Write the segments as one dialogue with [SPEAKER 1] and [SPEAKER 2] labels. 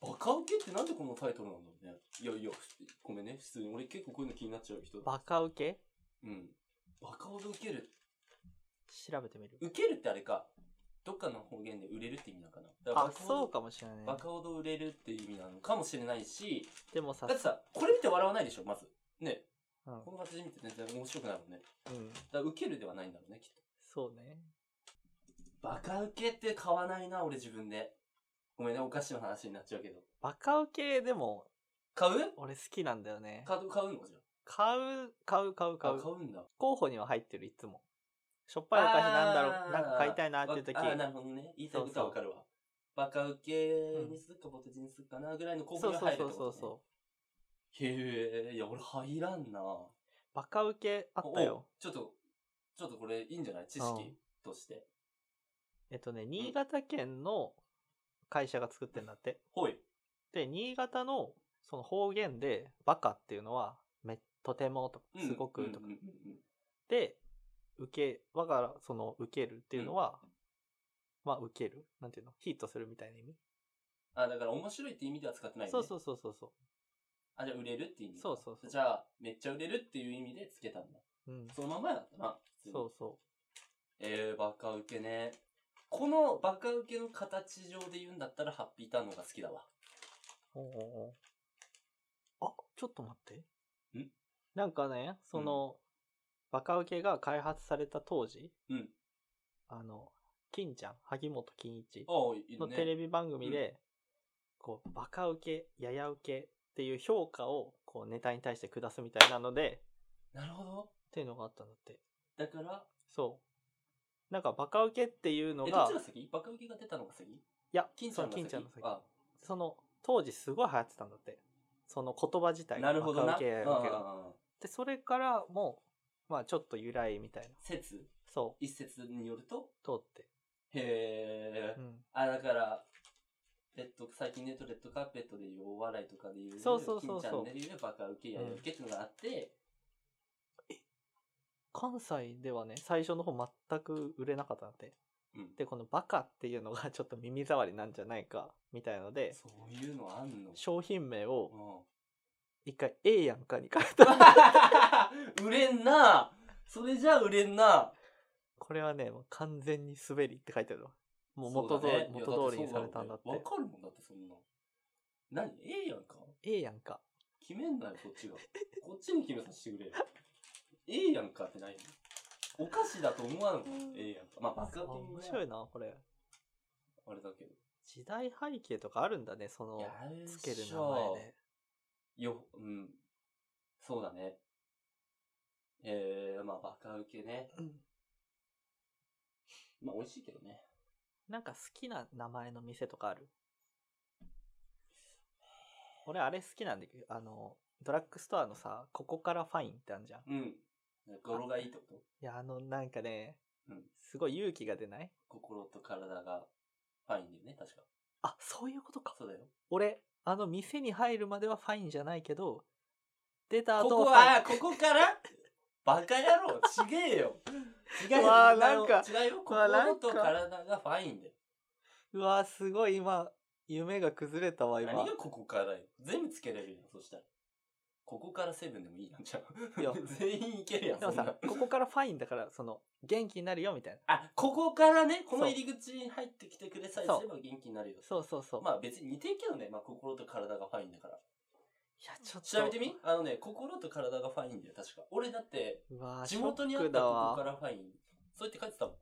[SPEAKER 1] バカウケってなんでこのタイトルなんだろうね。いやいや、ふごめんね、普通に。俺結構こういうの気になっちゃう人だ。
[SPEAKER 2] バカウケ
[SPEAKER 1] うん。バカほどウケる。
[SPEAKER 2] 調べてみる。
[SPEAKER 1] ウケるってあれか。どっかの方言で売れるって意味なのかな。だから
[SPEAKER 2] あ
[SPEAKER 1] バ、カほど
[SPEAKER 2] そうかもしれないね。
[SPEAKER 1] バカほど売れるっていう意味なのかもしれないし、
[SPEAKER 2] でもさ
[SPEAKER 1] だっ、てさ、これ見て笑わないでしょ、まず。ね。
[SPEAKER 2] うん、
[SPEAKER 1] この形見て全然面白くないもんね。
[SPEAKER 2] うん、
[SPEAKER 1] だからウケるではないんだろうね、きっと。
[SPEAKER 2] そうね。
[SPEAKER 1] バカウケって買わないな、俺自分で。ごめんね、お菓子の話になっちゃうけど。
[SPEAKER 2] バカウケでも
[SPEAKER 1] 買う
[SPEAKER 2] 俺好きなんだよね。
[SPEAKER 1] 買う買うのじゃん。
[SPEAKER 2] 買う、買う、買う、買
[SPEAKER 1] あ
[SPEAKER 2] う。
[SPEAKER 1] 買うんだ。
[SPEAKER 2] 候補には入ってる、いつも。しょっぱいお菓子なんだ
[SPEAKER 1] あ
[SPEAKER 2] ろ
[SPEAKER 1] ー
[SPEAKER 2] う、なんか買いたいなっていう時。
[SPEAKER 1] ああ、なるほどね。言いたいことはわかるわ。バカウケにするか、ポテチにするかな、ぐらいの候補
[SPEAKER 2] そう
[SPEAKER 1] が
[SPEAKER 2] そう
[SPEAKER 1] 入る
[SPEAKER 2] そ
[SPEAKER 1] っ
[SPEAKER 2] う
[SPEAKER 1] て
[SPEAKER 2] そ
[SPEAKER 1] こ
[SPEAKER 2] う
[SPEAKER 1] と、ね。
[SPEAKER 2] そう。
[SPEAKER 1] へえ、いや、俺入らんな。
[SPEAKER 2] バカウケあった
[SPEAKER 1] お
[SPEAKER 2] よ。。
[SPEAKER 1] ちょっと、ちょっとこれいいんじゃない知
[SPEAKER 2] うん
[SPEAKER 1] 識として。
[SPEAKER 2] えっとね、新潟県の会社が作ってんだって。
[SPEAKER 1] ほい。
[SPEAKER 2] で、新潟のその方言で、バカっていうのは、め、とてもとか
[SPEAKER 1] う、ん
[SPEAKER 2] すごくとか。
[SPEAKER 1] うんうんうんうん
[SPEAKER 2] で、受け、我が、その、受けるっていうのは、まあ、受けるなんていうのヒートするみたいな意味、
[SPEAKER 1] あ、だから面白いって意味では使ってないね。
[SPEAKER 2] そうそうそうそうそ
[SPEAKER 1] あ、じゃあ売れるっていう意味。
[SPEAKER 2] そうそうそう
[SPEAKER 1] じゃあ、めっちゃ売れるっていう意味でつけたんだ。
[SPEAKER 2] う。うん。
[SPEAKER 1] そのまんまやったな。普通に
[SPEAKER 2] そうそ
[SPEAKER 1] えー、バカウケね。このバカウケの形上で言うんだったら、ハッピーターンの方が好きだわ。
[SPEAKER 2] う。おうおうおうあ、ちょっと待って。
[SPEAKER 1] ん
[SPEAKER 2] なんかね、その、バカウケが開発された当時、
[SPEAKER 1] うん
[SPEAKER 2] あの、金ちゃん、萩本欽一
[SPEAKER 1] ああ、い
[SPEAKER 2] の
[SPEAKER 1] るね。
[SPEAKER 2] テレビ番組で、こう、バカウケ、ややウケっていう評価を、こう、ネタに対して下すみたいなので、
[SPEAKER 1] なるほど。
[SPEAKER 2] っていうのがあったんだって。
[SPEAKER 1] だから、
[SPEAKER 2] そう。なんか、バカウケっていうの
[SPEAKER 1] え、どっ
[SPEAKER 2] が
[SPEAKER 1] ち、が先バカウケが出たのが先
[SPEAKER 2] いや、
[SPEAKER 1] 金ちゃんが先
[SPEAKER 2] そう金ちゃんの先
[SPEAKER 1] あ、
[SPEAKER 2] その、当時すごい流行ってたんだって。その言葉自体
[SPEAKER 1] なるほど
[SPEAKER 2] バ
[SPEAKER 1] な。
[SPEAKER 2] カウケややウケが。
[SPEAKER 1] ああ
[SPEAKER 2] で、それからもう、まあちょっと由来みたいな。
[SPEAKER 1] 説
[SPEAKER 2] そ
[SPEAKER 1] 一説によると、
[SPEAKER 2] う、通って。
[SPEAKER 1] へえ、
[SPEAKER 2] うん。
[SPEAKER 1] あ、だから、レッド、最近ネットレッドカーペットでいうお笑いとかでいう、
[SPEAKER 2] そうそうそうそう
[SPEAKER 1] 金ちゃんでいうバカウケややウケっていうのがあって、
[SPEAKER 2] 関西ではね、最初の方全く売れなかったんだって。
[SPEAKER 1] うん。
[SPEAKER 2] で、このバカっていうのがちょっと耳障りなんじゃないか、みたいので、
[SPEAKER 1] そういうのあんの
[SPEAKER 2] 商品名
[SPEAKER 1] う
[SPEAKER 2] を
[SPEAKER 1] ん。
[SPEAKER 2] 一回ええやんかに変えた。
[SPEAKER 1] 売れんなそれじゃあ売れんな
[SPEAKER 2] これはね、もう完全に滑りって書いてあるわ。もう元
[SPEAKER 1] そ
[SPEAKER 2] 通
[SPEAKER 1] う
[SPEAKER 2] り、
[SPEAKER 1] だね
[SPEAKER 2] 元通りにされたんだって
[SPEAKER 1] いや。ってそうだろうねわかるもんだってそんな。何ええやんか
[SPEAKER 2] ええやんか。
[SPEAKER 1] 決めんなよ、こっちが。こっちに決めさせてくれよ。ええやんかってないお菓子だと思わんのええやんか。まあ、バカ
[SPEAKER 2] あ
[SPEAKER 1] ウ
[SPEAKER 2] 面
[SPEAKER 1] ケ
[SPEAKER 2] 白
[SPEAKER 1] ね
[SPEAKER 2] いな、これ。
[SPEAKER 1] あれだけど。
[SPEAKER 2] 時代背景とかあるんだね、その、
[SPEAKER 1] やるっしょ
[SPEAKER 2] つける名前で。
[SPEAKER 1] よ、うん。そうだね。ええまあ、バカウケね。
[SPEAKER 2] うん
[SPEAKER 1] まあ、美味しいけどね。
[SPEAKER 2] なんか好きな名前の店とかある俺あれ好きなんだけど、あの、ドラッグストアのさ、ここからファインってあるじゃん。い
[SPEAKER 1] うん。語呂がいいってこと
[SPEAKER 2] や、あの、なんかね、
[SPEAKER 1] うん
[SPEAKER 2] すごい勇気が出ない
[SPEAKER 1] 心と体がファインだよね、確か。
[SPEAKER 2] あ、そういうことか。
[SPEAKER 1] そうだよ。
[SPEAKER 2] 俺、あの店に入るまではファインじゃないけど、出た
[SPEAKER 1] こ
[SPEAKER 2] 後
[SPEAKER 1] こ
[SPEAKER 2] ファイ
[SPEAKER 1] は、ここからバカ野郎、ちげえ よ。違うよ。
[SPEAKER 2] わあ
[SPEAKER 1] あの
[SPEAKER 2] なんか
[SPEAKER 1] 違うよ。
[SPEAKER 2] わあなん
[SPEAKER 1] 心
[SPEAKER 2] か
[SPEAKER 1] と体がファインだよ。
[SPEAKER 2] ンうわーすごい今、夢が崩れたわ、今
[SPEAKER 1] 何が。ここからよ。全部つけれるよ、そしたら。ここからセブンでもいいやん、じゃあ
[SPEAKER 2] いや
[SPEAKER 1] 全員いけるやん、
[SPEAKER 2] で
[SPEAKER 1] そ
[SPEAKER 2] も
[SPEAKER 1] んな
[SPEAKER 2] さ。、ここからファインだから、その、元気になるよ、みたいな。
[SPEAKER 1] あ、ここからね、この入り口に入ってきてくれさえすれば元気になるよ。
[SPEAKER 2] そうそうそう。
[SPEAKER 1] まあ別に似てんけどね、まあ心と体がファインだから。
[SPEAKER 2] いや、ちょっと。
[SPEAKER 1] 調べてみあのね、心と体がファインだよ、確か。俺だって、
[SPEAKER 2] うわー
[SPEAKER 1] 地元にあったここからファイン。そうやって書いてたもん。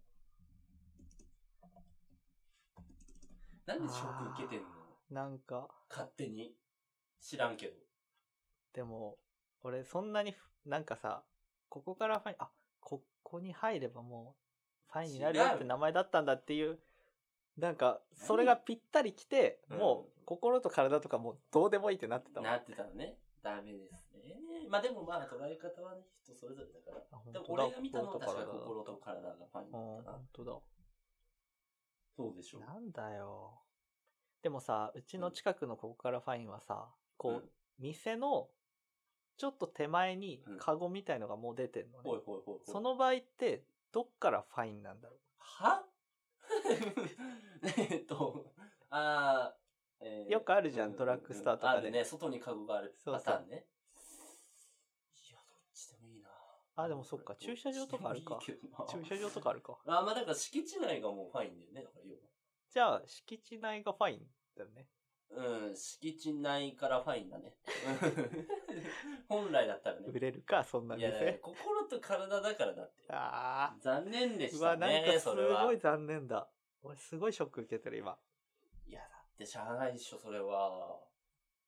[SPEAKER 1] なんでショック受けてんの
[SPEAKER 2] なんか、
[SPEAKER 1] 勝手に。知らんけど。
[SPEAKER 2] でも、俺そんなにふ、なんかさ、ここからファイン、あ、ここに入ればもう、ファインになるよ
[SPEAKER 1] 違う
[SPEAKER 2] って名前だったんだっていう、なんか、それがぴったりきて、
[SPEAKER 1] うん
[SPEAKER 2] もう、心と体とかもうどうでもいいってなってたわ
[SPEAKER 1] なってたのね。ダメですね。まあでもまあ捉え方はね、人それぞれだから。
[SPEAKER 2] あ本
[SPEAKER 1] でも
[SPEAKER 2] 当だ
[SPEAKER 1] 俺が見たのは確かに心
[SPEAKER 2] 心
[SPEAKER 1] と
[SPEAKER 2] と
[SPEAKER 1] 体がファイン
[SPEAKER 2] 体うん、
[SPEAKER 1] だったな
[SPEAKER 2] 本。当
[SPEAKER 1] そうでしょ
[SPEAKER 2] だ。
[SPEAKER 1] う。
[SPEAKER 2] なんだよ。でもさ、うちの近くのここからファインはさ、こう、
[SPEAKER 1] うん
[SPEAKER 2] 店の、ちょっと手前に
[SPEAKER 1] うん、
[SPEAKER 2] カゴみたいのがもう出てんのね。
[SPEAKER 1] ほいほいほいほい。
[SPEAKER 2] その場合って、どっからファイ ンなんだろう
[SPEAKER 1] はえっと、あえ
[SPEAKER 2] よくあるじゃん
[SPEAKER 1] ううう
[SPEAKER 2] ドラッグストアとかで
[SPEAKER 1] あるね、外にカゴがある
[SPEAKER 2] そうそ
[SPEAKER 1] パ
[SPEAKER 2] う
[SPEAKER 1] ターンね。いや、どっちでもいいな。
[SPEAKER 2] あでもそっか駐車場とかあ るか
[SPEAKER 1] どっちでもいいけど
[SPEAKER 2] 駐
[SPEAKER 1] な
[SPEAKER 2] 車場とかあるか。
[SPEAKER 1] あ、まあだから敷地内がもうファインだよね、だから要は。
[SPEAKER 2] じゃあ、敷地内がファインだよね。
[SPEAKER 1] うん、敷地内からファインだね。 本来だったらね。
[SPEAKER 2] 売れるか、そんない
[SPEAKER 1] や、だから
[SPEAKER 2] 店。
[SPEAKER 1] 心と体だからだって。
[SPEAKER 2] あ
[SPEAKER 1] 残念で
[SPEAKER 2] あ。う
[SPEAKER 1] し
[SPEAKER 2] わ、
[SPEAKER 1] た
[SPEAKER 2] なんか
[SPEAKER 1] ね、
[SPEAKER 2] す
[SPEAKER 1] それは
[SPEAKER 2] ご。い残念だ。俺すごいショック受けてる、今。
[SPEAKER 1] いや、だってしゃあないっしょ、それは。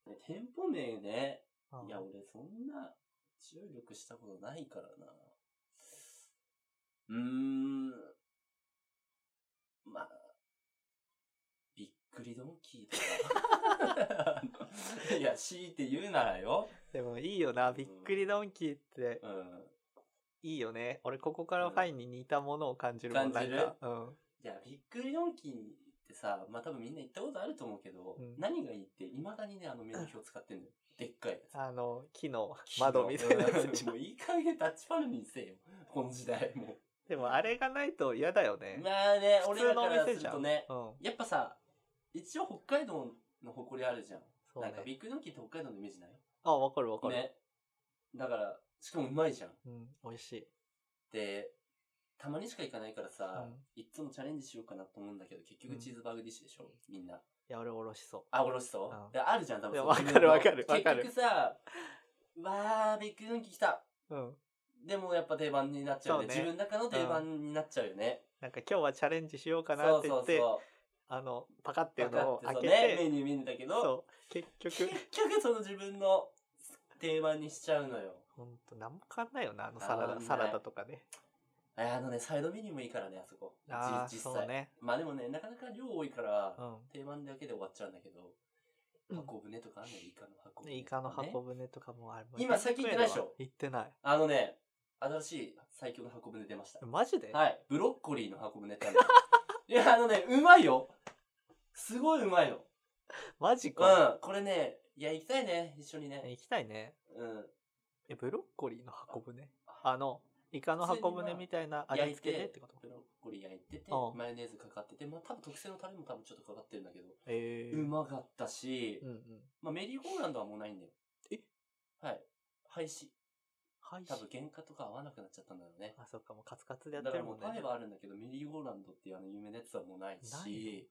[SPEAKER 1] ね店舗名ね。
[SPEAKER 2] うん
[SPEAKER 1] いや、俺そんな注力したことないからな。うーん。まあ、びっくりドンキーと か。いや、強いて言うならよ。
[SPEAKER 2] でもいいよな、びっくりドンキーって
[SPEAKER 1] うん。
[SPEAKER 2] いいよね。俺ここからファインに似たものを感じるもん、
[SPEAKER 1] うん
[SPEAKER 2] な
[SPEAKER 1] 感
[SPEAKER 2] ん
[SPEAKER 1] じる
[SPEAKER 2] か。うん。
[SPEAKER 1] いや、びっくりドンキーってさ、まあ多分みんな行ったことあると思うけど、
[SPEAKER 2] うん
[SPEAKER 1] 何がいいって、未だにね、あのメニュー表使ってんのよ。でっかいやつ。
[SPEAKER 2] あの、木の窓みたいなやつでし
[SPEAKER 1] うんも
[SPEAKER 2] ょ
[SPEAKER 1] ういい加減タッチパネルにせえよ。この時代、も
[SPEAKER 2] でもあれがないと嫌だよ
[SPEAKER 1] う。
[SPEAKER 2] ね。
[SPEAKER 1] まあね、
[SPEAKER 2] 普
[SPEAKER 1] 俺
[SPEAKER 2] 通
[SPEAKER 1] ら
[SPEAKER 2] の
[SPEAKER 1] か
[SPEAKER 2] お
[SPEAKER 1] らす
[SPEAKER 2] 店
[SPEAKER 1] る
[SPEAKER 2] じゃ
[SPEAKER 1] と
[SPEAKER 2] ん。
[SPEAKER 1] ね、
[SPEAKER 2] うん。
[SPEAKER 1] やっぱさ、一応北海道の誇りあるじゃん。
[SPEAKER 2] そう
[SPEAKER 1] なんか
[SPEAKER 2] ね。
[SPEAKER 1] ビッグドンキーって北海道のイメージない
[SPEAKER 2] あ、わかるわかる。
[SPEAKER 1] ね。だから、しかもうまいじゃん。
[SPEAKER 2] うん、美味しい。
[SPEAKER 1] で、たまにしか行かないからさ、
[SPEAKER 2] うん
[SPEAKER 1] いつもチャレンジしようかなと思うんだけど、結局
[SPEAKER 2] うん
[SPEAKER 1] チーズバーグディッシュでしょ、みんな。
[SPEAKER 2] いや、俺おろしそう。
[SPEAKER 1] あ、おろしそう、
[SPEAKER 2] うん
[SPEAKER 1] であるじゃん、多分。
[SPEAKER 2] いや
[SPEAKER 1] その
[SPEAKER 2] わかるわかるわかる
[SPEAKER 1] 結局さ、わー、ビッグドンキー来た。
[SPEAKER 2] うん。
[SPEAKER 1] でもやっぱ定番になっちゃうよね。
[SPEAKER 2] そうね
[SPEAKER 1] 自分の中の定番になっちゃうよね。
[SPEAKER 2] なんか今日はチャレンジしようかな
[SPEAKER 1] そ
[SPEAKER 2] っ
[SPEAKER 1] うそ
[SPEAKER 2] て言
[SPEAKER 1] う
[SPEAKER 2] って、
[SPEAKER 1] そ
[SPEAKER 2] あの、パカっ
[SPEAKER 1] う。
[SPEAKER 2] ていうのを開け
[SPEAKER 1] 分
[SPEAKER 2] て、
[SPEAKER 1] かってそうね、メニュー見るんだけど、
[SPEAKER 2] そう、結
[SPEAKER 1] 結
[SPEAKER 2] 局、
[SPEAKER 1] 局その自分の定番にしちゃうのよ。
[SPEAKER 2] ほんと、なんも変わんないよな、あのサラ
[SPEAKER 1] 変わん
[SPEAKER 2] ダ、
[SPEAKER 1] ない
[SPEAKER 2] サラダとかね。
[SPEAKER 1] えあのね、サイドメニューもいいからね、あそこ。
[SPEAKER 2] ああ、
[SPEAKER 1] じ
[SPEAKER 2] そう。ね。
[SPEAKER 1] まあでもね、なかなか量多いから、
[SPEAKER 2] うん。
[SPEAKER 1] 定番だけで終わっちゃうんだけど、
[SPEAKER 2] うん
[SPEAKER 1] 箱舟とかあんのよイカの箱舟とかね。
[SPEAKER 2] イカの箱舟とかもある。
[SPEAKER 1] 今最近行ってないでしょ
[SPEAKER 2] 行ってない。
[SPEAKER 1] あのね、新しい最強の箱舟出ました。
[SPEAKER 2] マジで、
[SPEAKER 1] はい。ブロッコリーの箱舟って あるのいや、あのね、うまいよ。すごいうまいよ。
[SPEAKER 2] マジ
[SPEAKER 1] う
[SPEAKER 2] か、
[SPEAKER 1] ん。これね、いや、行きたいね。一緒にね。
[SPEAKER 2] 行きたいね。
[SPEAKER 1] うん。
[SPEAKER 2] え、ブロッコリーの箱舟あの、イカの箱舟みたいな味
[SPEAKER 1] 焼い
[SPEAKER 2] 付けでっててこと、
[SPEAKER 1] ブロッコリー焼いてて、
[SPEAKER 2] うん
[SPEAKER 1] マヨネーズかかってて、まあ多分特製のタレも多分ちょっとかかってるんだけど、
[SPEAKER 2] ええ
[SPEAKER 1] うまかったし
[SPEAKER 2] うん、うん。
[SPEAKER 1] まあメリーゴーランドはもうないんだよ。
[SPEAKER 2] え
[SPEAKER 1] はい。廃止。
[SPEAKER 2] はい。
[SPEAKER 1] 多分原価とか合わなくなっちゃったんだよね。
[SPEAKER 2] あ、そっか、もうカツカツでやっ
[SPEAKER 1] だ
[SPEAKER 2] て
[SPEAKER 1] から
[SPEAKER 2] る
[SPEAKER 1] も
[SPEAKER 2] も
[SPEAKER 1] うん
[SPEAKER 2] ね。
[SPEAKER 1] パフェはあるんだけど、メリーゴーランドっていうあの有名なやつはもうないし、
[SPEAKER 2] ないの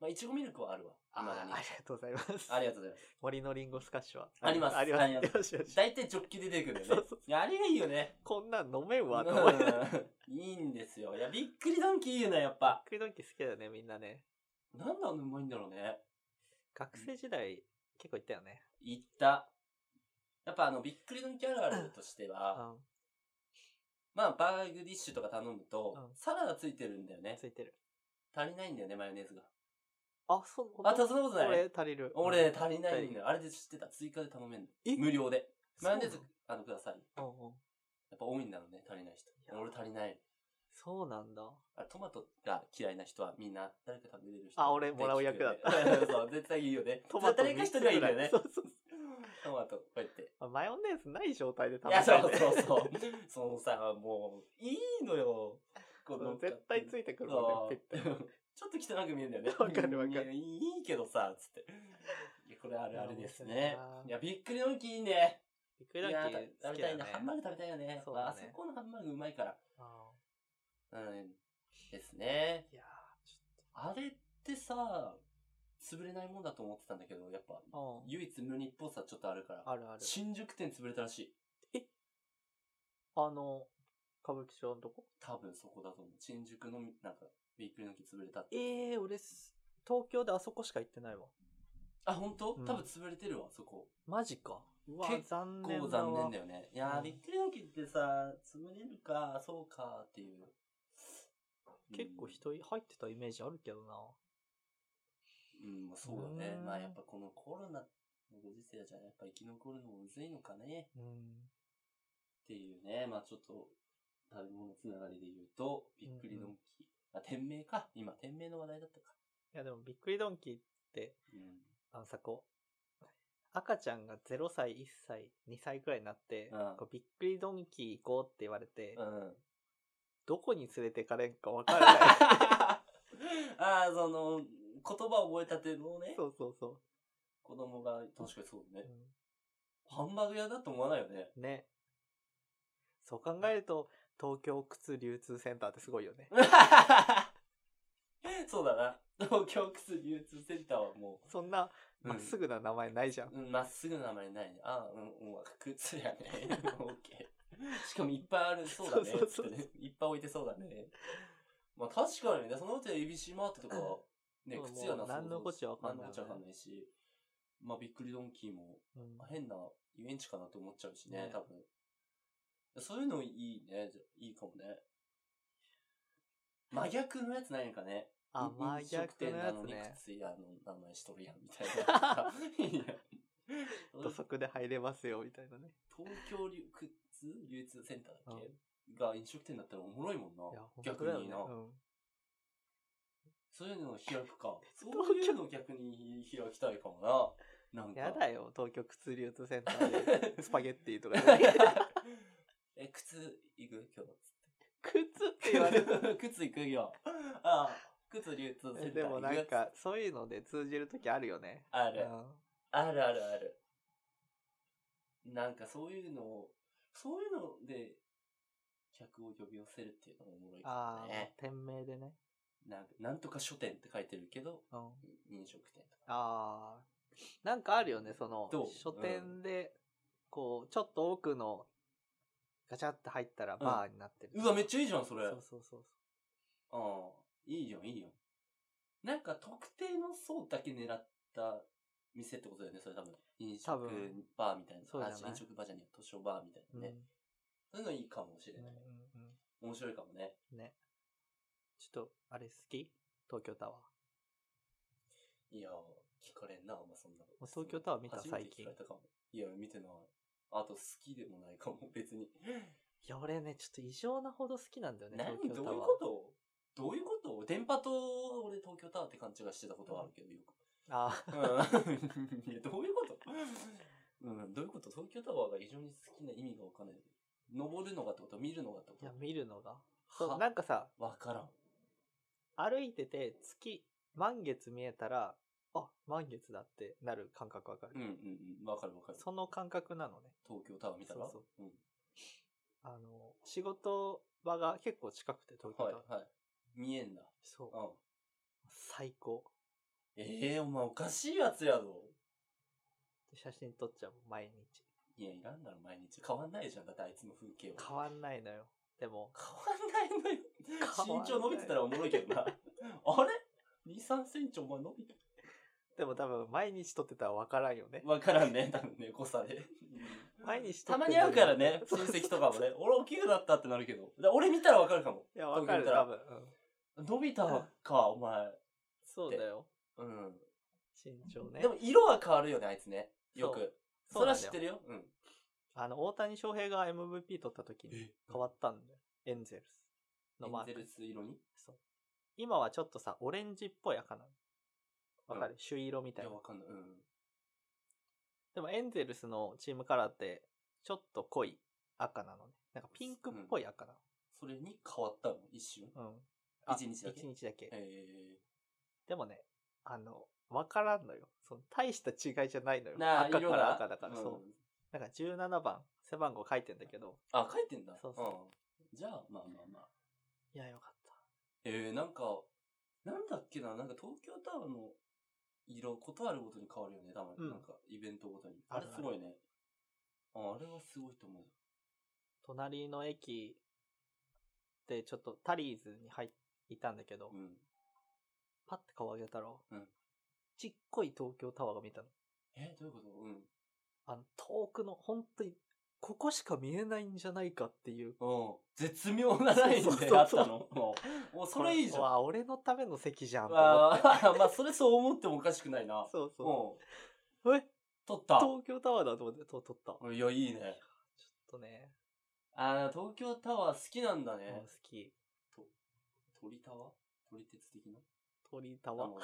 [SPEAKER 1] まあ、いちごミルクはあるわ。
[SPEAKER 2] あ
[SPEAKER 1] 未だ
[SPEAKER 2] ー
[SPEAKER 1] に
[SPEAKER 2] ありがとうございます。
[SPEAKER 1] ありがとうございます。
[SPEAKER 2] 森のリンゴスカッシュは
[SPEAKER 1] あります
[SPEAKER 2] あります。
[SPEAKER 1] あります
[SPEAKER 2] よしよし。
[SPEAKER 1] 大体ジョッキで出てくるよね。
[SPEAKER 2] そうそう
[SPEAKER 1] いや、あれがいいよね。
[SPEAKER 2] こんなん飲めんわ、と思いな がら。
[SPEAKER 1] うんいいんですよ。いや、びっくりドンキーいいよね、やっぱ。
[SPEAKER 2] 食いドンキ好きだよね、みんなね。
[SPEAKER 1] なんであんなうまいんだろうね。
[SPEAKER 2] 学生時代、結構行ったよね。
[SPEAKER 1] 行った。やっぱあの、びっくりドンキーあるあるとして
[SPEAKER 2] う
[SPEAKER 1] は、
[SPEAKER 2] ん。
[SPEAKER 1] まあ、バーグディッシュとか頼むと
[SPEAKER 2] う、ん
[SPEAKER 1] サラダついてるんだよね。
[SPEAKER 2] ついてる。
[SPEAKER 1] 足りないんだよね、マヨネーズが。
[SPEAKER 2] あ、そう。
[SPEAKER 1] あ、たそんなこと
[SPEAKER 2] こ
[SPEAKER 1] ない
[SPEAKER 2] れ。足りる。
[SPEAKER 1] 俺ね、
[SPEAKER 2] うん
[SPEAKER 1] 足りないんだよ。あれで知ってた。追加で頼めんの
[SPEAKER 2] え。
[SPEAKER 1] 無料で。マヨネーズ
[SPEAKER 2] そう、
[SPEAKER 1] あの、ください。
[SPEAKER 2] なのうんうん
[SPEAKER 1] やっぱ多いんだろうね、足りない人。俺足りない。
[SPEAKER 2] そうなんだ。
[SPEAKER 1] あトマトが嫌いな人はみんな誰か食べれる人
[SPEAKER 2] あ俺もらう役だった
[SPEAKER 1] 絶対聞くよね そう、絶対いいよね。誰か一人はいいんだよね
[SPEAKER 2] そ。うそう
[SPEAKER 1] トマト、こうやって。
[SPEAKER 2] そう。マヨネーズない状態で食
[SPEAKER 1] い
[SPEAKER 2] べ
[SPEAKER 1] や、
[SPEAKER 2] た
[SPEAKER 1] そ
[SPEAKER 2] い、ね
[SPEAKER 1] う。そうそう。そのさ、もう、いいのよ。こ
[SPEAKER 2] うん絶対ついてくるもんね、
[SPEAKER 1] そう
[SPEAKER 2] ピッて。
[SPEAKER 1] ちょっと汚く見えるんだよね。
[SPEAKER 2] わかるわかる
[SPEAKER 1] いやいいけどさ、つって。いやこれあるあるです
[SPEAKER 2] い
[SPEAKER 1] ね
[SPEAKER 2] や面白いな。
[SPEAKER 1] いや、びっくりドンキーいいね。
[SPEAKER 2] ビック
[SPEAKER 1] い
[SPEAKER 2] リドン
[SPEAKER 1] や、
[SPEAKER 2] キー好
[SPEAKER 1] 食
[SPEAKER 2] き
[SPEAKER 1] べた
[SPEAKER 2] だよ
[SPEAKER 1] い
[SPEAKER 2] ね
[SPEAKER 1] な。。ハンバーグ食べたいよね。
[SPEAKER 2] そうだね
[SPEAKER 1] あそこのハンバーグうまいから。
[SPEAKER 2] あ
[SPEAKER 1] うん。ですね。
[SPEAKER 2] ーいやーち
[SPEAKER 1] あれってさ、潰れないもんだと思ってたんだけど、やっぱ、
[SPEAKER 2] ょっと。うん。
[SPEAKER 1] 唯一無二っぽさちょっとあるから。
[SPEAKER 2] あるある。
[SPEAKER 1] 新宿店潰れたらしい。
[SPEAKER 2] あの、歌舞伎町のとこ
[SPEAKER 1] 多分そこだと思う。新宿の、なんか、びっくりの木潰れたって。
[SPEAKER 2] ええ俺す、東京であそこしか行ってないわ。
[SPEAKER 1] あ、本当、
[SPEAKER 2] うん
[SPEAKER 1] 多分潰れてるわ、そこ。
[SPEAKER 2] マジか。うわ、
[SPEAKER 1] 結
[SPEAKER 2] 残念だ
[SPEAKER 1] こう
[SPEAKER 2] わ
[SPEAKER 1] 残念だよね。いや
[SPEAKER 2] う
[SPEAKER 1] ー、
[SPEAKER 2] ん
[SPEAKER 1] びっくりの木ってさ、潰れるか、そうか、っていう。
[SPEAKER 2] 結構人入ってたイメージあるけどな。
[SPEAKER 1] うん、うん、まあそうだね
[SPEAKER 2] う。ん
[SPEAKER 1] まあやっぱこのコロナのご時世じゃ、やっぱ生き残るのもむずいのかね。
[SPEAKER 2] うん。
[SPEAKER 1] っていうね、まあちょっと、食べ物つながりで言うと、びっくりドンキー。あ、店名か。今、店名の話題だったか。
[SPEAKER 2] いや、でも、びっくりドンキーって、
[SPEAKER 1] うん。
[SPEAKER 2] あのさ、こう、赤ちゃんが0歳、1歳、2歳くらいになって、
[SPEAKER 1] うん
[SPEAKER 2] こうびっくりドンキー行こうって言われて、
[SPEAKER 1] うん。
[SPEAKER 2] どこに連れてかれんかわからない。
[SPEAKER 1] ああ、その、言葉覚えたてのね、
[SPEAKER 2] そうそうそ
[SPEAKER 1] 子供が、確かにそう
[SPEAKER 2] う。
[SPEAKER 1] ね
[SPEAKER 2] う。ん
[SPEAKER 1] ハンバーグ屋だと思わないよね。
[SPEAKER 2] ね。そう考えると、東京靴流通センターってすごいよね。
[SPEAKER 1] そうだな。東京靴流通センターはも
[SPEAKER 2] そんな、
[SPEAKER 1] う、
[SPEAKER 2] まっすぐな名前ないじゃん。
[SPEAKER 1] うん、まっすぐな名前ないね。ああ、うん、うん、靴やね。 オッケー。しかもいっぱいある、そうだね。
[SPEAKER 2] そうそうそう
[SPEAKER 1] つってねいっぱい置いてそうだね。まあ確かにね、そのうちエビシマートとか、ね、
[SPEAKER 2] そう
[SPEAKER 1] 靴やな
[SPEAKER 2] もう何のこっちゃわかんな
[SPEAKER 1] 何の
[SPEAKER 2] い
[SPEAKER 1] こっちゃわかんないし、まあびっくりドンキーも、
[SPEAKER 2] うん
[SPEAKER 1] まあ、変な遊園地かなって思っちゃうしね、
[SPEAKER 2] ね
[SPEAKER 1] 多分。そういうのいいね、じゃいいかもね。真逆のやつないのかね。
[SPEAKER 2] あ、
[SPEAKER 1] い
[SPEAKER 2] 真逆の
[SPEAKER 1] 飲
[SPEAKER 2] やつ
[SPEAKER 1] 食店なの
[SPEAKER 2] ね
[SPEAKER 1] に。靴屋の名前しとるやん、み たいな。いや
[SPEAKER 2] 土足で入れますよ、みたいなね。
[SPEAKER 1] 東京流靴流通センターだっけ、
[SPEAKER 2] う
[SPEAKER 1] が飲食店だったらおもろいもんな。
[SPEAKER 2] いや、本当
[SPEAKER 1] 逆
[SPEAKER 2] だよね
[SPEAKER 1] にな、
[SPEAKER 2] うん
[SPEAKER 1] そういうのを開く か。そういうのを逆に開きたいかもな。なんか。
[SPEAKER 2] やだよ、東京靴流通センターで。スパゲッティとかで。
[SPEAKER 1] え、靴行く今日。
[SPEAKER 2] 靴って言われる。
[SPEAKER 1] 靴行くよ。ああ、靴流通センター行
[SPEAKER 2] え
[SPEAKER 1] く。
[SPEAKER 2] でもなんか、そういうので通じるときあるよね。
[SPEAKER 1] あ
[SPEAKER 2] う
[SPEAKER 1] る。
[SPEAKER 2] ん
[SPEAKER 1] あるあるある。なんかそういうのを、そういうので、客を呼び寄せるっていうのもおもろいか
[SPEAKER 2] あ
[SPEAKER 1] も
[SPEAKER 2] あ、
[SPEAKER 1] ね。
[SPEAKER 2] 店名でね。
[SPEAKER 1] なんかなんとか書店って書いてるけど、
[SPEAKER 2] うん。
[SPEAKER 1] 飲食店とか。
[SPEAKER 2] ああ。なんかあるよね、その
[SPEAKER 1] どう、
[SPEAKER 2] 書店で、こう、ちょっと奥の、ガチャって入ったらバーになってる。
[SPEAKER 1] うわ、めっちゃいいじゃん、それ。
[SPEAKER 2] そうそうそうそ
[SPEAKER 1] ああ、いいよ、いいよ。なんか特定の層だけ狙った店ってことだよね、それ多分。飲
[SPEAKER 2] 多
[SPEAKER 1] 食
[SPEAKER 2] 分
[SPEAKER 1] バーみたいな。
[SPEAKER 2] そうじゃない。
[SPEAKER 1] あ飲食バーじゃねえ、図書バーみたいうなね。そういうのいいかもしれ
[SPEAKER 2] うん。
[SPEAKER 1] ない。
[SPEAKER 2] うんうん
[SPEAKER 1] 面白いかもね。
[SPEAKER 2] うんね。ちょっと、あれ好き東京タワー。
[SPEAKER 1] いやー、聞かれんな、あんまそんなの
[SPEAKER 2] もう東京タワー見た
[SPEAKER 1] 初めて
[SPEAKER 2] 最近
[SPEAKER 1] 聞かれたかも。いや、見てない。あと好きでもないかも、 別に。
[SPEAKER 2] いや、俺ね、ちょっと異常なほど好きなんだよね、
[SPEAKER 1] 何
[SPEAKER 2] 東京
[SPEAKER 1] ど
[SPEAKER 2] タ
[SPEAKER 1] う
[SPEAKER 2] ワー。
[SPEAKER 1] いうことどういうこと電波と俺東京タワーって勘違いしてたことはあるけど、よく。
[SPEAKER 2] あ
[SPEAKER 1] うん いやどういうことうん、どういうこと東京タワーが非常に好きな意味がわかんない。登るのがってこと見るのがってこ
[SPEAKER 2] あ、いや、
[SPEAKER 1] と
[SPEAKER 2] 見るのが。そう、な
[SPEAKER 1] は
[SPEAKER 2] んかさ、
[SPEAKER 1] わからん。
[SPEAKER 2] 歩いてて月満月見えたらあ満月だってなる感覚わかる、
[SPEAKER 1] うんうんうん。わかるわかる。
[SPEAKER 2] その感覚なのね
[SPEAKER 1] 東京タワー見たら
[SPEAKER 2] そう
[SPEAKER 1] うん。
[SPEAKER 2] あの仕事場が結構近くて東京タ
[SPEAKER 1] は
[SPEAKER 2] ワ
[SPEAKER 1] い
[SPEAKER 2] ー、
[SPEAKER 1] はい。見えんだ。
[SPEAKER 2] そう
[SPEAKER 1] うん。
[SPEAKER 2] 最高
[SPEAKER 1] ええお前おかしいやつやぞ。
[SPEAKER 2] 写真撮っちゃう毎日
[SPEAKER 1] いや、いらんだろ、毎日。変わんないじゃん。だってあいつの風景は。
[SPEAKER 2] 変わんないのよでも
[SPEAKER 1] 変わんないのよ。
[SPEAKER 2] 変わん
[SPEAKER 1] 身
[SPEAKER 2] ない
[SPEAKER 1] 長伸びてたらおもろいけどな。 あれ ?2、3センチお前伸びてる
[SPEAKER 2] でも多分毎日撮ってたらわからんよね
[SPEAKER 1] わからんね、多分ね、誤差で。
[SPEAKER 2] 毎日
[SPEAKER 1] た
[SPEAKER 2] 撮って
[SPEAKER 1] ま
[SPEAKER 2] んの
[SPEAKER 1] に会うからね、
[SPEAKER 2] そ
[SPEAKER 1] 親
[SPEAKER 2] うそう
[SPEAKER 1] 戚とかもね。 俺大きくなったってなるけど。だ俺見たらわかるかも。
[SPEAKER 2] いやわかる
[SPEAKER 1] 東京
[SPEAKER 2] 多
[SPEAKER 1] 見
[SPEAKER 2] 分、うん
[SPEAKER 1] 伸びたか、お前。
[SPEAKER 2] そうだよ
[SPEAKER 1] う
[SPEAKER 2] 身長
[SPEAKER 1] ん。
[SPEAKER 2] ね
[SPEAKER 1] でも色は変わるよね、あいつね。よ
[SPEAKER 2] そ
[SPEAKER 1] く。
[SPEAKER 2] そ
[SPEAKER 1] そうれ
[SPEAKER 2] なん
[SPEAKER 1] は
[SPEAKER 2] だよ
[SPEAKER 1] 知ってるよ。うん。
[SPEAKER 2] あの大谷翔平が MVP 取った時に
[SPEAKER 1] え
[SPEAKER 2] 変わったんだよエンゼルスのマ
[SPEAKER 1] エ
[SPEAKER 2] ー
[SPEAKER 1] ンゼ
[SPEAKER 2] ク
[SPEAKER 1] ルス色に
[SPEAKER 2] そう。今はちょっとさ、オレンジっぽい赤なの。わかる、朱色み
[SPEAKER 1] い
[SPEAKER 2] たい
[SPEAKER 1] や、
[SPEAKER 2] な。
[SPEAKER 1] わかんない。うん。
[SPEAKER 2] でもエンゼルスのチームカラーって、ちょっと濃い赤なのね。なんかピンクっぽい赤な
[SPEAKER 1] それに変わったの、一瞬。
[SPEAKER 2] の。うん。あ
[SPEAKER 1] 一日だけ
[SPEAKER 2] 一日だけ。
[SPEAKER 1] え
[SPEAKER 2] でもね、あの、わからんのよ。その大した違いじゃないのよ
[SPEAKER 1] ー。。なあ、
[SPEAKER 2] 赤
[SPEAKER 1] 色
[SPEAKER 2] から
[SPEAKER 1] が。
[SPEAKER 2] 赤だから、そうう。なんか17番、背番号書いてんだけど、
[SPEAKER 1] あ、書いてんだ。
[SPEAKER 2] そうそ
[SPEAKER 1] うん。じゃあ、まあまあまあ。
[SPEAKER 2] いや、よかった。
[SPEAKER 1] えー、なんか、なんだっけな、なんか東京タワーの色、ことあるごとに変わるよね、たまに。
[SPEAKER 2] うん
[SPEAKER 1] なんか、イベントごとに。
[SPEAKER 2] あ
[SPEAKER 1] あ
[SPEAKER 2] る
[SPEAKER 1] れ
[SPEAKER 2] ある
[SPEAKER 1] すごいね。ああれはすごいと思う。
[SPEAKER 2] 隣の駅でちょっとタリーズに入っいたんだけど、
[SPEAKER 1] うん。
[SPEAKER 2] パッて顔上げたら、
[SPEAKER 1] うん
[SPEAKER 2] ちっこい東京タワーが見えたの。
[SPEAKER 1] え、どういうことうん。
[SPEAKER 2] あの、遠くの、本当に、ここしか見えないんじゃないかっていう。
[SPEAKER 1] うん。絶妙なラインであったの。もう、おそれいいじゃん。
[SPEAKER 2] わ
[SPEAKER 1] わ
[SPEAKER 2] あ、俺のための席じゃんと思って。
[SPEAKER 1] あ、 まあ、それそう思ってもおかしくないな。
[SPEAKER 2] そうそうう。え、
[SPEAKER 1] ん。撮った。
[SPEAKER 2] 東京タワーだと思って、と撮った。
[SPEAKER 1] いや、いいね。
[SPEAKER 2] ちょっとね、
[SPEAKER 1] ああ、東京タワー好きなんだ
[SPEAKER 2] もう
[SPEAKER 1] ね
[SPEAKER 2] 好。き。
[SPEAKER 1] 鳥タワー鳥鉄的な
[SPEAKER 2] 鳥タ
[SPEAKER 1] あ
[SPEAKER 2] ワー
[SPEAKER 1] もう。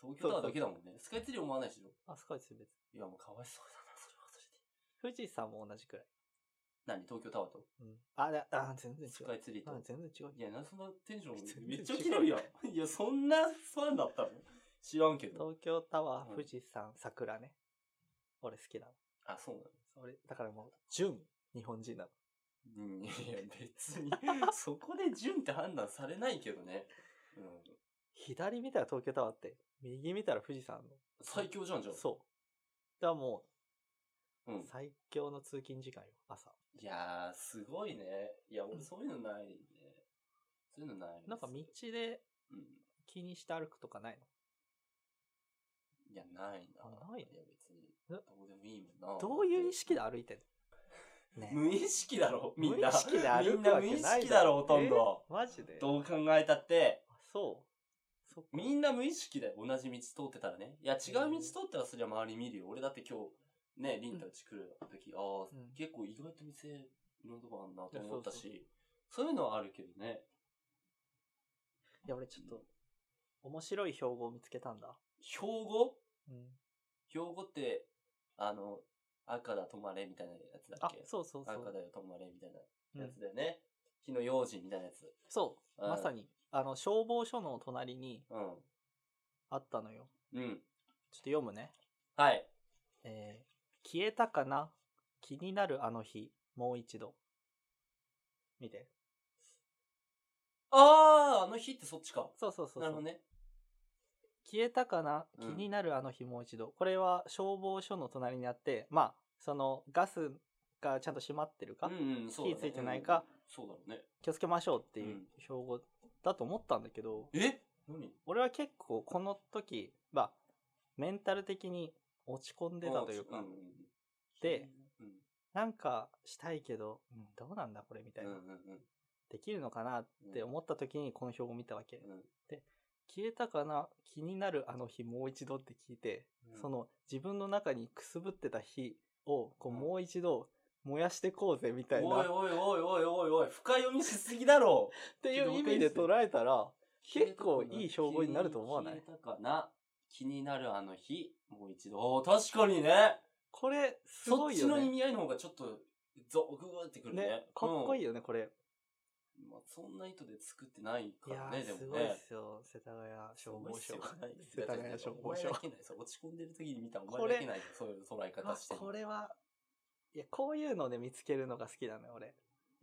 [SPEAKER 1] 東京タワーだけだもんね。スカイツリー思わないでしょ
[SPEAKER 2] あ、すごいです、別に。
[SPEAKER 1] いや、もうかわいそうだな、それはそれで。
[SPEAKER 2] 富士山も同じくらい。
[SPEAKER 1] 何東京タワーと
[SPEAKER 2] うん。あ、だあ全然
[SPEAKER 1] ス
[SPEAKER 2] 違
[SPEAKER 1] カ
[SPEAKER 2] う。
[SPEAKER 1] イツリーと
[SPEAKER 2] あ全然違う。
[SPEAKER 1] いや、なんでそんなテンション
[SPEAKER 2] 全然
[SPEAKER 1] めっちゃ切れるやん。いや、そんなファンだったの知らんけど。
[SPEAKER 2] 東京タワ
[SPEAKER 1] うん
[SPEAKER 2] ー、富士山、桜ね。俺好きなの。
[SPEAKER 1] あ、そうなの
[SPEAKER 2] 俺、だからもう、純日本人なの。
[SPEAKER 1] うんいや、別に、そこで順って判断されないけどね。うん。
[SPEAKER 2] 左見たら東京タワーって、右見たら富士山
[SPEAKER 1] 最強じゃん、じゃ
[SPEAKER 2] の。
[SPEAKER 1] ん。
[SPEAKER 2] そう。だからも
[SPEAKER 1] う。
[SPEAKER 2] う、
[SPEAKER 1] ん。
[SPEAKER 2] 最強の通勤時間よ、朝。
[SPEAKER 1] いやー、すごいね。いや、俺そういうのないね。そういうのないです。
[SPEAKER 2] なんか道で
[SPEAKER 1] うん。
[SPEAKER 2] 気にして歩くとかない
[SPEAKER 1] いや、ないな。
[SPEAKER 2] あない
[SPEAKER 1] や、別に。
[SPEAKER 2] え
[SPEAKER 1] どうでもいいもんな。
[SPEAKER 2] のどういう意識で歩いてんのね
[SPEAKER 1] 無意識だろ、みんな。
[SPEAKER 2] 無意識で歩
[SPEAKER 1] みん
[SPEAKER 2] く
[SPEAKER 1] な
[SPEAKER 2] わ
[SPEAKER 1] 無
[SPEAKER 2] け
[SPEAKER 1] 意
[SPEAKER 2] ない
[SPEAKER 1] 識だろ、ほとんど。
[SPEAKER 2] えマジで
[SPEAKER 1] どう考えたって。
[SPEAKER 2] あそう。そっか
[SPEAKER 1] みんな無意識だよ。同じ道通ってたらね。いや、違う道通ったらそりゃ周り見るよ。俺だって今日、ね、リンタうち来る時、ああ、
[SPEAKER 2] うん
[SPEAKER 1] 結構意外と店、いろんなとこあんなと思った
[SPEAKER 2] いや
[SPEAKER 1] し、そういうのはあるけどね。
[SPEAKER 2] いや、俺ちょっと、面白い標語を見つけたんだ。
[SPEAKER 1] 標語
[SPEAKER 2] うん。
[SPEAKER 1] 標語って、あの、赤だ止まれみたいなやつだ
[SPEAKER 2] あ
[SPEAKER 1] っけ、
[SPEAKER 2] そうそうそう。
[SPEAKER 1] 赤だよ止まれみたいな
[SPEAKER 2] うん
[SPEAKER 1] やつだよね。火の用心みたいなやつ。
[SPEAKER 2] そう、
[SPEAKER 1] うん
[SPEAKER 2] まさに。あの、消防署の隣に
[SPEAKER 1] う
[SPEAKER 2] あったのよ。
[SPEAKER 1] ん。うん。
[SPEAKER 2] ちょっと読むね。
[SPEAKER 1] はい。
[SPEAKER 2] えー消えたかな気になるあの日、もう一度。見て。
[SPEAKER 1] ああ、あの日ってそっちか。
[SPEAKER 2] そうそうそうそう。
[SPEAKER 1] なるほどね。
[SPEAKER 2] 消えたかな
[SPEAKER 1] う
[SPEAKER 2] 気
[SPEAKER 1] ん
[SPEAKER 2] になるあの日もう一度、これは消防署の隣にあってまあそのガスがちゃんと閉まってるか、
[SPEAKER 1] うんうん、そうだ、ね。
[SPEAKER 2] 火ついてないか
[SPEAKER 1] うんそうだろうね。
[SPEAKER 2] 気をつけましょうっていううん標語だと思ったんだけど、
[SPEAKER 1] え何
[SPEAKER 2] 俺は結構この時まあメンタル的に落ち込んでたというか、
[SPEAKER 1] んんん
[SPEAKER 2] で、
[SPEAKER 1] うん
[SPEAKER 2] なんかしたいけど、うんどうなんだこれみたいな、
[SPEAKER 1] うんうんうん
[SPEAKER 2] できるのかなって思った時にこの標語見たわけ、
[SPEAKER 1] うん
[SPEAKER 2] 消えたかな気になるあの日もう一度って聞いて、
[SPEAKER 1] うん
[SPEAKER 2] その自分の中にくすぶってた火をこう
[SPEAKER 1] うん
[SPEAKER 2] もう一度燃やしてこうぜみたいな、
[SPEAKER 1] お
[SPEAKER 2] っ
[SPEAKER 1] いおいおいおいおいおい、深読みしすぎだろ
[SPEAKER 2] ていう意味で捉えたら 結構いい標語になると思わない
[SPEAKER 1] 消えたかな気になるあの日、もう一度。おー確かにね
[SPEAKER 2] これす
[SPEAKER 1] そ
[SPEAKER 2] ご
[SPEAKER 1] っ
[SPEAKER 2] い
[SPEAKER 1] ち
[SPEAKER 2] よ
[SPEAKER 1] の意
[SPEAKER 2] ね
[SPEAKER 1] 味合いの方がちょっと、ゾググってくるね。
[SPEAKER 2] ねかっこいい
[SPEAKER 1] よ。
[SPEAKER 2] よねこれ、
[SPEAKER 1] まあ、そんな意図で作ってない
[SPEAKER 2] い
[SPEAKER 1] か
[SPEAKER 2] や
[SPEAKER 1] ら
[SPEAKER 2] ー、
[SPEAKER 1] ね、ですも
[SPEAKER 2] ごい
[SPEAKER 1] ね
[SPEAKER 2] っ。すよ世田谷消防署
[SPEAKER 1] すごいっすよないです
[SPEAKER 2] 世田谷消防
[SPEAKER 1] お前
[SPEAKER 2] 署
[SPEAKER 1] だけないそう落ち込んでる時に見たお
[SPEAKER 2] こ
[SPEAKER 1] 前
[SPEAKER 2] れ
[SPEAKER 1] だけないよそういう捉え
[SPEAKER 2] ま
[SPEAKER 1] 方して
[SPEAKER 2] あ
[SPEAKER 1] る
[SPEAKER 2] これはいやこういうので見つけるのが好きなのよ俺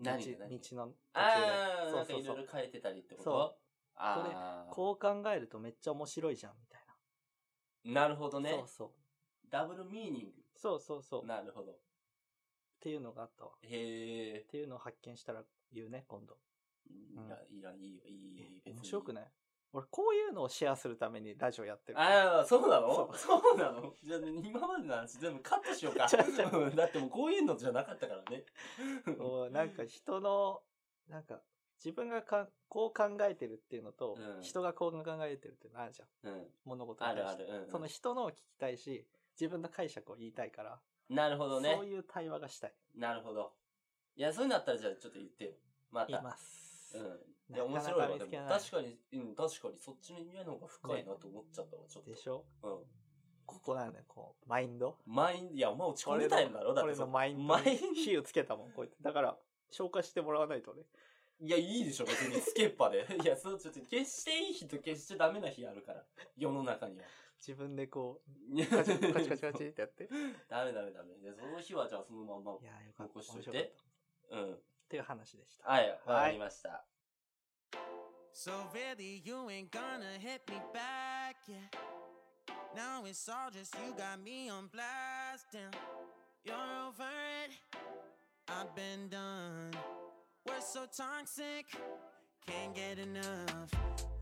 [SPEAKER 2] 道
[SPEAKER 1] 何が何が
[SPEAKER 2] 道の途
[SPEAKER 1] ああ、なんか
[SPEAKER 2] 中でそう
[SPEAKER 1] いろ
[SPEAKER 2] そう
[SPEAKER 1] い
[SPEAKER 2] そ
[SPEAKER 1] ろ
[SPEAKER 2] う
[SPEAKER 1] 変えてたりってこと
[SPEAKER 2] そう
[SPEAKER 1] ああ。
[SPEAKER 2] こう考えるとめっちゃ面白いじゃんみたい
[SPEAKER 1] なるほど
[SPEAKER 2] な、
[SPEAKER 1] ね
[SPEAKER 2] そう。そう
[SPEAKER 1] ダブルミーニング。
[SPEAKER 2] そうそうそう。っ
[SPEAKER 1] なるほど。
[SPEAKER 2] ていうのがあったわ。
[SPEAKER 1] へえ
[SPEAKER 2] っ。ていうのを発見したら言うね、今度。
[SPEAKER 1] いや、いや、いいよ、いいよ、別に
[SPEAKER 2] 面白くない俺、こういうのをシェアするためにラジオやってる。
[SPEAKER 1] ああ、そうなの
[SPEAKER 2] そ
[SPEAKER 1] そうなのじゃあ、今までの話全部カットしようか。
[SPEAKER 2] ちょちょ
[SPEAKER 1] うんだってもうこういうのじゃなかったからね。
[SPEAKER 2] こうなんか人の、なんか、自分がかこう考えてるっていうのと、
[SPEAKER 1] うん
[SPEAKER 2] 人がこう考えてるっていうのあるじゃん。
[SPEAKER 1] うん。
[SPEAKER 2] 物事
[SPEAKER 1] あ
[SPEAKER 2] に対
[SPEAKER 1] る
[SPEAKER 2] して
[SPEAKER 1] ある。うん
[SPEAKER 2] その人のを聞きたいし、自分の解釈を言いたいから、
[SPEAKER 1] なるほどね
[SPEAKER 2] そう。いう対話がしたい。
[SPEAKER 1] なるほど。いや、そういうのあったらじゃあちょっと言ってよ。ま
[SPEAKER 2] 言い
[SPEAKER 1] た。
[SPEAKER 2] ます。
[SPEAKER 1] うん。いや、面
[SPEAKER 2] なかな
[SPEAKER 1] 白い
[SPEAKER 2] か
[SPEAKER 1] わ。
[SPEAKER 2] 見つけ
[SPEAKER 1] でも
[SPEAKER 2] ない
[SPEAKER 1] 確かに、うん、確かに、そっちの意味合いの方が深いなと思っちゃったわ、ちょっ
[SPEAKER 2] でしょ
[SPEAKER 1] と。うん。
[SPEAKER 2] ここなんだよ、こう、マインド。
[SPEAKER 1] マイン、いや、お前落ち込んでたんだろだって
[SPEAKER 2] 俺
[SPEAKER 1] そ
[SPEAKER 2] の
[SPEAKER 1] の
[SPEAKER 2] マインド。
[SPEAKER 1] マイン
[SPEAKER 2] 火をつけたもん、こうやって。だから、消化してもらわないとね。
[SPEAKER 1] いや、いいでしょ、別に、スケッパ で。いや、そう、ちょっと、消していい日と消しちゃダメな日あるから。世の中には。
[SPEAKER 2] 自分でこ
[SPEAKER 1] いや
[SPEAKER 2] う、カチカチカチカチカチってやって。い
[SPEAKER 1] ダメダメダメ。で、その日は、じゃあ、そのまんま。
[SPEAKER 2] やー、よかっ
[SPEAKER 1] 残
[SPEAKER 2] た。面
[SPEAKER 1] しといて
[SPEAKER 2] 白かった。っ
[SPEAKER 1] うん。
[SPEAKER 2] ていう話でした。
[SPEAKER 1] はい、わかりました。
[SPEAKER 3] So really, you ain't gonna hit me back, yeah. Now it's all just you got me on blast, damn. You're over it, I've been done. We're so toxic, can't get enough.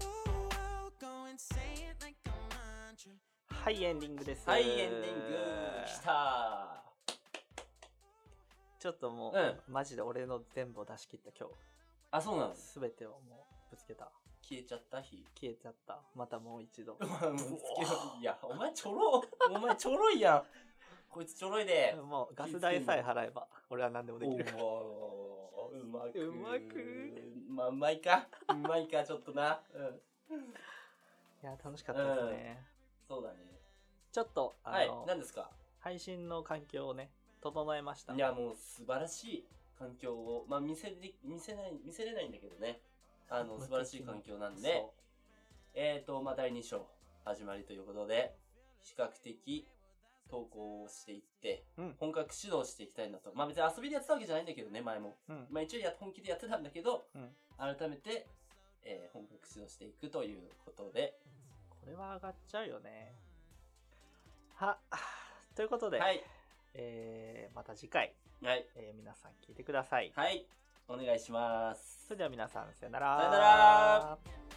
[SPEAKER 3] Ooh, I'll go and say it like a mantra.
[SPEAKER 2] はい、エンディングです。
[SPEAKER 1] はい、エンディング、来た
[SPEAKER 2] ちょっともう、
[SPEAKER 1] うん
[SPEAKER 2] マジで俺の全部を出し切った今
[SPEAKER 1] あ、そうなん
[SPEAKER 2] 日。
[SPEAKER 1] です。
[SPEAKER 2] すべてをもう、ぶつけた。
[SPEAKER 1] 消えちゃった 日。
[SPEAKER 2] 消えちゃった。またもう一度。
[SPEAKER 1] もうつけろいや、お前ちょろ、お前ちょろいやん。 こいつちょろいで。
[SPEAKER 2] もう、ガス代さえ払えば、俺は何でもできるから。
[SPEAKER 1] お ーうまく。
[SPEAKER 2] うまく。
[SPEAKER 1] まあ、うまいか。うまい か、ちょっとな。うん。
[SPEAKER 2] いやー、楽しかったですね。
[SPEAKER 1] そうだね。
[SPEAKER 2] ちょっと、
[SPEAKER 1] は
[SPEAKER 2] あ
[SPEAKER 1] い
[SPEAKER 2] の、、
[SPEAKER 1] 何ですか
[SPEAKER 2] 配信の環境をね、整えました。
[SPEAKER 1] いや、もう素晴らしい環境を、まあ見せで、見せない、見せれないんだけどね。あの、素晴らしい環境なんで、
[SPEAKER 2] そ
[SPEAKER 1] えっ、ー、と、まあ第2章、始まりということで、比較的投稿をしていって、
[SPEAKER 2] うん
[SPEAKER 1] 本格指導していきたいなと。まあ別に遊びでやってたわけじゃないんだけどね、前も。
[SPEAKER 2] うん。
[SPEAKER 1] まあ一応や本気でやってたんだけど、
[SPEAKER 2] うん
[SPEAKER 1] 改めて、えー本格指導していくということで、
[SPEAKER 2] これは上がっちゃうよね。は、ということで、
[SPEAKER 1] はい。
[SPEAKER 2] えーまた次回、
[SPEAKER 1] はい。
[SPEAKER 2] えー皆さん聞いてください。
[SPEAKER 1] はい。お願いします。
[SPEAKER 2] それでは皆さん、さよなら。
[SPEAKER 1] さよなら。